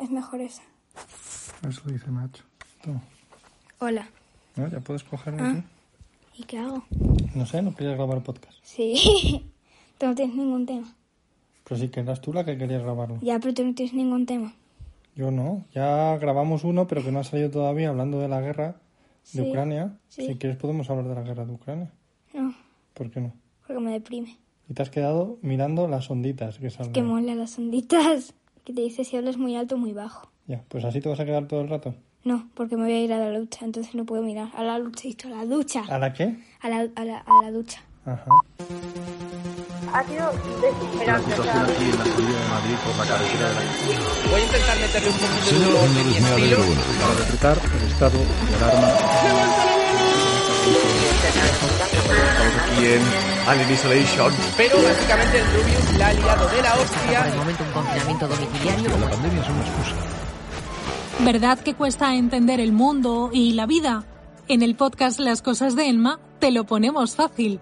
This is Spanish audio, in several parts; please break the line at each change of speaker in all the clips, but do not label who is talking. Es mejor esa.
Eso dice Nacho. Toma.
Hola.
¿No? ¿Ya puedes cogerlo
Ah.
aquí?
¿Y qué hago?
No sé, no querías grabar podcast.
Sí. tú no tienes ningún tema.
Pero sí que eras tú la que querías grabarlo.
Ya, pero tú no tienes ningún tema.
Yo no. Ya grabamos uno, pero que no ha salido todavía, hablando de la guerra
Sí,
de Ucrania.
sí.
Si quieres podemos hablar de la guerra de Ucrania.
No,
¿Por qué no?
porque me deprime.
Y te has quedado mirando las onditas que salen.
Que mola las onditas. Que te dice si hablas muy alto o muy bajo.
Ya, pues así te vas a quedar todo el rato.
No, porque me voy a ir a la ducha, entonces no puedo mirar. A la ducha, he dicho, a la ducha.
¿A la qué?
A la, a la, a la ducha.
Ajá.
ha sido
la
desesperante. o sea,
situación aquí en la subida de Madrid por la carretera de la
Voy a intentar meterle un poquito de
Señor,
humor de mi estilo.
Para decretar el estado de alarma. Estamos aquí en Alien Isolation.
Pero básicamente el Rubius la ha liado de la
Por el
hostia.
momento un confinamiento domiciliario
La pandemia es una excusa.
¿Verdad que cuesta entender el mundo y la vida? En el podcast Las cosas de Elma te lo ponemos fácil.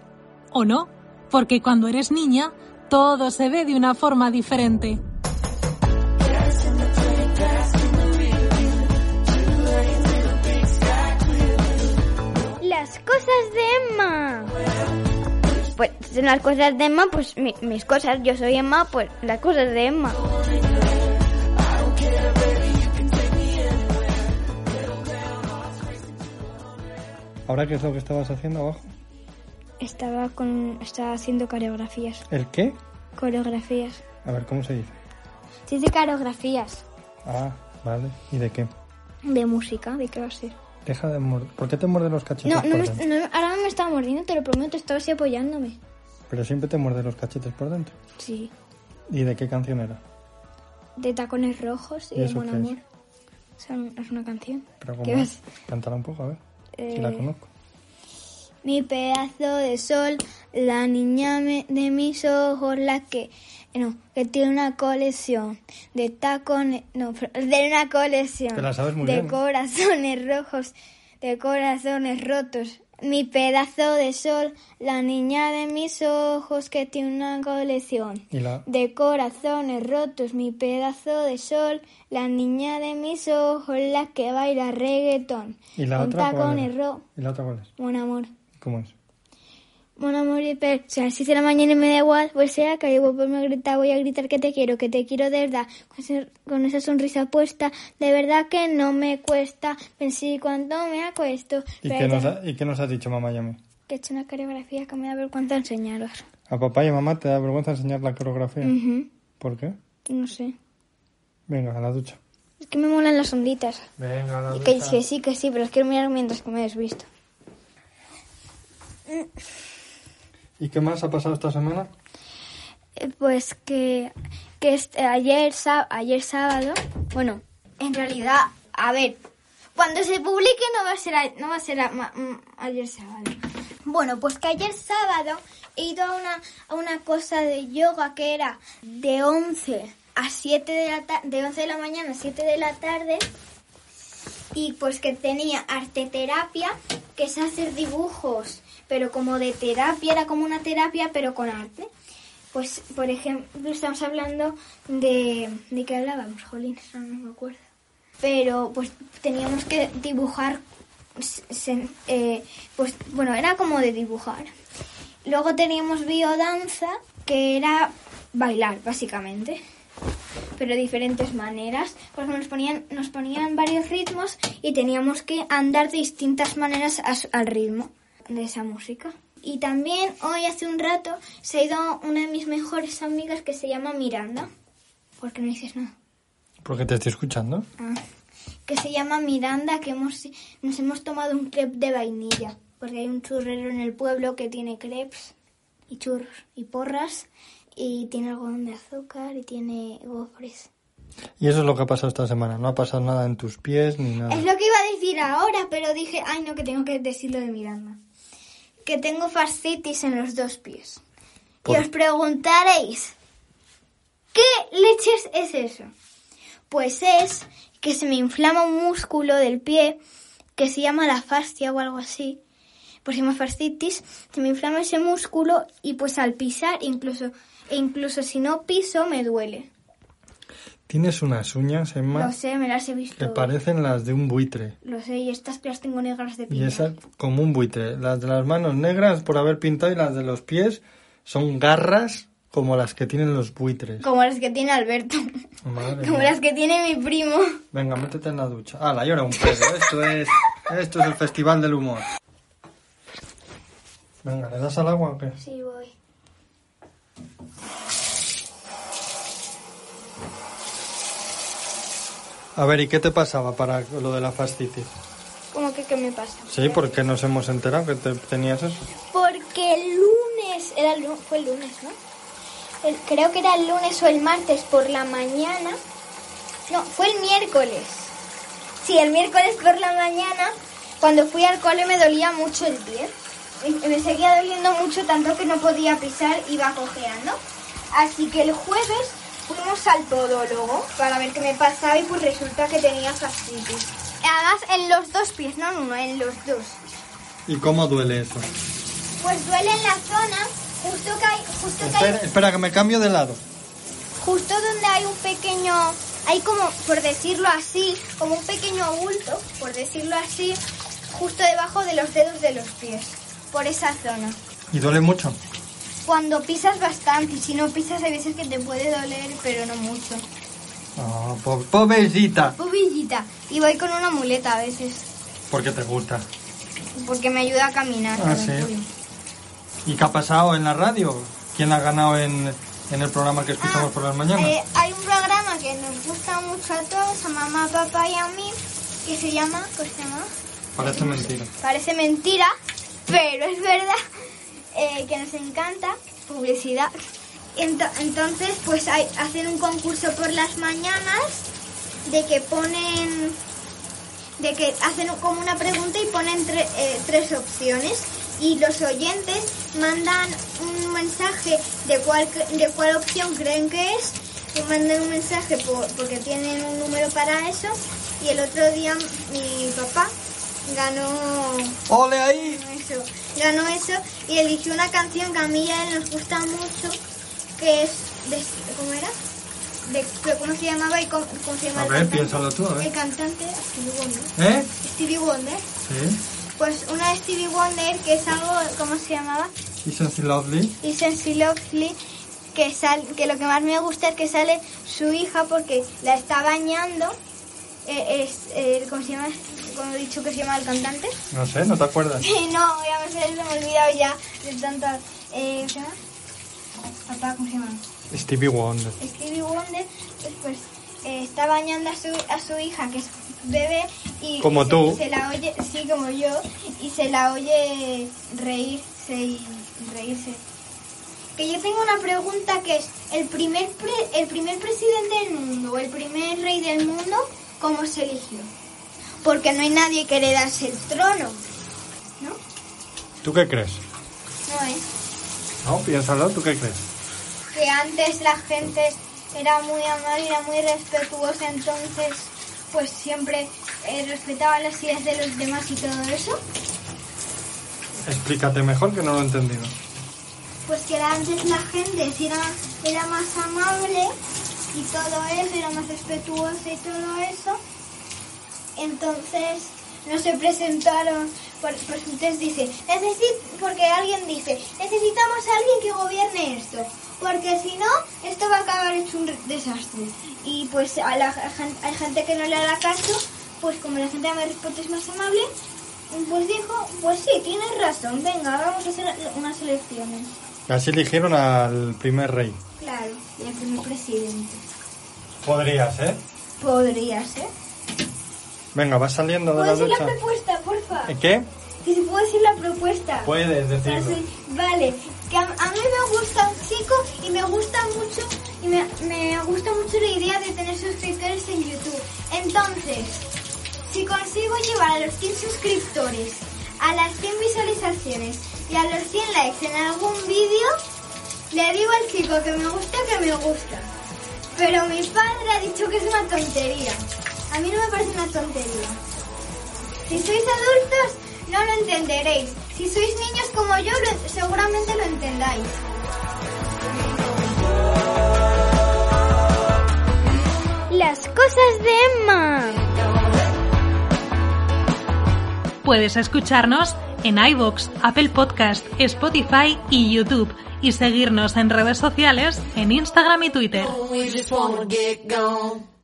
¿O no? Porque cuando eres niña, todo se ve de una forma diferente.
Las cosas de Emma. Pues son las cosas de Emma, pues mi- mis cosas. Yo soy Emma, pues las cosas de Emma.
¿Ahora qué es lo que estabas haciendo abajo?
Estaba con estaba haciendo coreografías.
¿El qué?
Coreografías.
A ver, ¿cómo se dice?
Sí, de coreografías.
Ah, vale. ¿Y de qué?
De música, ¿de qué va a ser?
Deja de morder. ¿Por qué te muerde los cachetes?
No, no, me,
por dentro?
no, ahora no me estaba mordiendo, te lo prometo, estaba así apoyándome.
Pero siempre te muerde los cachetes por dentro.
Sí.
¿Y de qué canción era?
De tacones rojos y,
¿Y
de
eso
Mon
qué es?
Amour. Son- Es una canción.
Pero
¿Qué
como
ves?
Cántala un poco, a ver. Si la
Eh,
conozco.
Mi pedazo de sol, la niña me- de mis ojos, la que eh, no, que tiene una colección de tacones, no, pero- de una colección
Te la sabes muy
de
bien, ¿eh?
corazones rojos, de corazones rotos. Mi pedazo de sol, la niña de mis ojos, que tiene una colección
Y la...
de corazones rotos. Mi pedazo de sol, la niña de mis ojos, la que baila reggaetón.
¿Y la
con
otra cuál
tacones
era?
rojos,
¿Y la otra cuál es?
un amor.
¿Cómo es?
Bueno, amor, pero si a las 6 de la mañana me da igual, pues sea que yo pues me grita, voy a gritar que te quiero, que te quiero de verdad, con, ese- con esa sonrisa puesta, de verdad que no me cuesta, pensé cuando me acuesto,
¿Y
pero
qué, nos
ya-
ha- ¿Y qué nos has dicho mamá y a mí?
que he hecho una coreografía que me da vergüenza enseñaros.
¿A papá y a mamá te da vergüenza enseñar la coreografía?
Ujú,
¿Por qué?
No sé,
Venga, a la ducha.
es que me molan las onditas,
Venga, a la
Y que, que sí, que sí, pero los quiero mirar mientras que me desvisto.
¿Y qué más ha pasado esta semana?
Eh, Pues que, que este- ayer, sá- ayer sábado, bueno, en realidad, a ver, cuando se publique no va a ser, a- no va a ser a- ma- mm, ayer sábado. Bueno, pues que ayer sábado he ido a una, a una cosa de yoga que era de 11 a 7 de la ta- de 11 de la mañana a 7 de la tarde y pues que tenía arte terapia, que es hacer dibujos, pero como de terapia, era como una terapia pero con arte. Pues, por ejemplo, estamos hablando de... ¿De qué hablábamos? Jolín, eso no me acuerdo. Pero, pues, teníamos que dibujar... s- sen- eh, pues, bueno, era como de dibujar. Luego teníamos biodanza, que era bailar, básicamente. Pero de diferentes maneras. Por ejemplo, nos ponían, nos ponían varios ritmos y teníamos que andar de distintas maneras a su- al ritmo de esa música. Y también hoy, hace un rato, se ha ido una de mis mejores amigas que se llama Miranda. ¿Por qué no dices nada?
Porque te estoy escuchando.
Ah, que se llama Miranda, que hemos, nos hemos tomado un crepe de vainilla, porque hay un churrero en el pueblo que tiene crepes y churros y porras y tiene algodón de azúcar y tiene gofres.
Y eso es lo que ha pasado esta semana. No ha pasado nada en tus pies ni nada.
Es lo que iba a decir ahora, pero dije, ay no, que tengo que decir lo de Miranda. Que tengo fascitis en los dos pies.
Por-
Y os preguntaréis, ¿qué leches es eso? Pues es que se me inflama un músculo del pie que se llama la fascia o algo así. Por si llama fascitis, se me inflama ese músculo y pues al pisar, incluso, e incluso si no piso, me duele.
Tienes unas uñas, Emma,
Lo sé, me las he
que
visto.
parecen las de un buitre.
Lo sé, y estas que las tengo negras de piel.
Y esas como un buitre. Las de las manos negras por haber pintado y las de los pies son garras como las que tienen los buitres.
Como las que tiene Alberto.
Madre
Como
mía.
las que tiene mi primo.
Venga, métete en la ducha. Ah, la llora un pedo. Esto es, esto es el festival del humor. Venga, ¿le das al agua o qué?
Sí, voy.
A ver, ¿y qué te pasaba para lo de la fascitis?
¿Cómo que qué me pasa?
Sí, porque nos hemos enterado que te tenías eso.
Porque el lunes, era el lu- fue el lunes, ¿no? El- creo que era el lunes o el martes por la mañana. No, fue el miércoles. Sí, el miércoles por la mañana, cuando fui al cole me dolía mucho el pie. Y- y Me seguía doliendo mucho tanto que no podía pisar, iba cojeando. Así que el jueves fuimos al podólogo para ver qué me pasaba y pues resulta que tenía fascitis. Además, en los dos pies, no en uno, en los dos.
¿Y cómo duele eso?
Pues duele en la zona, justo que hay, justo que
Espera,
hay,
espera, que me cambio de lado.
justo donde hay un pequeño, hay como, por decirlo así, como un pequeño bulto, por decirlo así, justo debajo de los dedos de los pies, por esa zona.
¿Y duele mucho?
Cuando pisas bastante, si no pisas hay veces que te puede doler, pero no mucho.
Ah, po- pobrecita.
Pobillita, y voy con una muleta a veces,
Porque te gusta.
porque me ayuda a caminar.
Ah,
con el
sí.
culo.
¿Y qué ha pasado en la radio? ¿Quién ha ganado en, en el programa que escuchamos por las mañanas?
Eh, hay un programa que nos gusta mucho a todos, a mamá, papá y a mí, que se llama, ¿cómo se llama?
Parece mentira.
Parece mentira, pero es verdad eh, que nos encanta publicidad. Ento- entonces, pues hay- hacen un concurso por las mañanas de que ponen, de que hacen como una pregunta y ponen tre- eh, tres opciones y los oyentes mandan un mensaje de cuál, cre- de cuál opción creen que es y mandan un mensaje por- porque tienen un número para eso y el otro día mi papá ganó
¡Ole ahí!
eso, ganó eso y eligió una canción que a mí y a él nos gusta mucho, que es de, ¿cómo era? De- pero ¿Cómo se llamaba y cómo, cómo se llama?
A
el
ver,
cantante?
piénsalo tú, a ver.
El cantante Stevie Wonder.
¿Eh?
Stevie Wonder.
Sí.
Pues una de Stevie Wonder que es algo, ¿cómo se llamaba?
Isn't she lovely?
Y Sensi Lovely, que, sal, que lo que más me gusta es que sale su hija porque la está bañando. Eh, es, eh, ¿Cómo se llama? Como he dicho que se llama el cantante.
No sé, ¿no te acuerdas?
Sí, no, ya me, se me he olvidado ya de tanto... Eh, ¿Qué se llama? Papá, ¿cómo se llama?
Stevie Wonder.
Stevie Wonder, pues, pues, eh, está bañando a su, a su hija, que es bebé, y
Como
se,
tú.
se la oye, sí, como yo, y se la oye reírse y reírse. Que yo tengo una pregunta que es, ¿el primer, pre- el primer presidente del mundo o el primer rey del mundo, cómo se eligió? Porque no hay nadie que heredase el trono, ¿no?
¿Tú qué crees?
No es.
No, piénsalo, ¿tú qué crees?
que antes la gente era muy amable, era muy respetuosa, entonces pues siempre eh, respetaba las ideas de los demás y todo eso.
Explícate mejor que no lo he entendido.
Pues que era antes la gente sí era, era más amable y todo eso, era más respetuosa y todo eso. Entonces no se presentaron, por, por entonces dice, "Necesi- porque alguien dice, necesitamos a alguien que gobierne esto, porque si no, esto va a acabar hecho un re- desastre. Y pues a la gen- hay gente que no le hará caso, pues como la gente me respeto es más amable, pues dijo, pues sí, tienes razón, venga, vamos a hacer unas elecciones.
Así eligieron al primer rey.
Claro, y el primer presidente.
Podrías, ¿eh?
Podría ser.
Venga, vas saliendo de
¿Puedo
la
decir Pues la
ducha.
propuesta, porfa?
¿Eh, ¿Qué?
Que si puedo decir la propuesta.
Puedes
Ah,
decirlo.
sí. Vale, que a, a mí me gusta un chico y me gusta mucho y me, me gusta mucho la idea de tener suscriptores en YouTube. Entonces, si consigo llevar a los 100 suscriptores, a las 100 visualizaciones y a los 100 likes en algún vídeo, le digo al chico que me gusta que me gusta. Pero mi padre ha dicho que es una tontería. A mí no me parece una tontería. Si sois adultos, no lo entenderéis. Si sois niños como yo, lo- seguramente lo entendáis. Las cosas de Emma.
Puedes escucharnos en iVoox, Apple Podcast, Spotify y YouTube y seguirnos en redes sociales en Instagram y Twitter.
We just wanna get gone.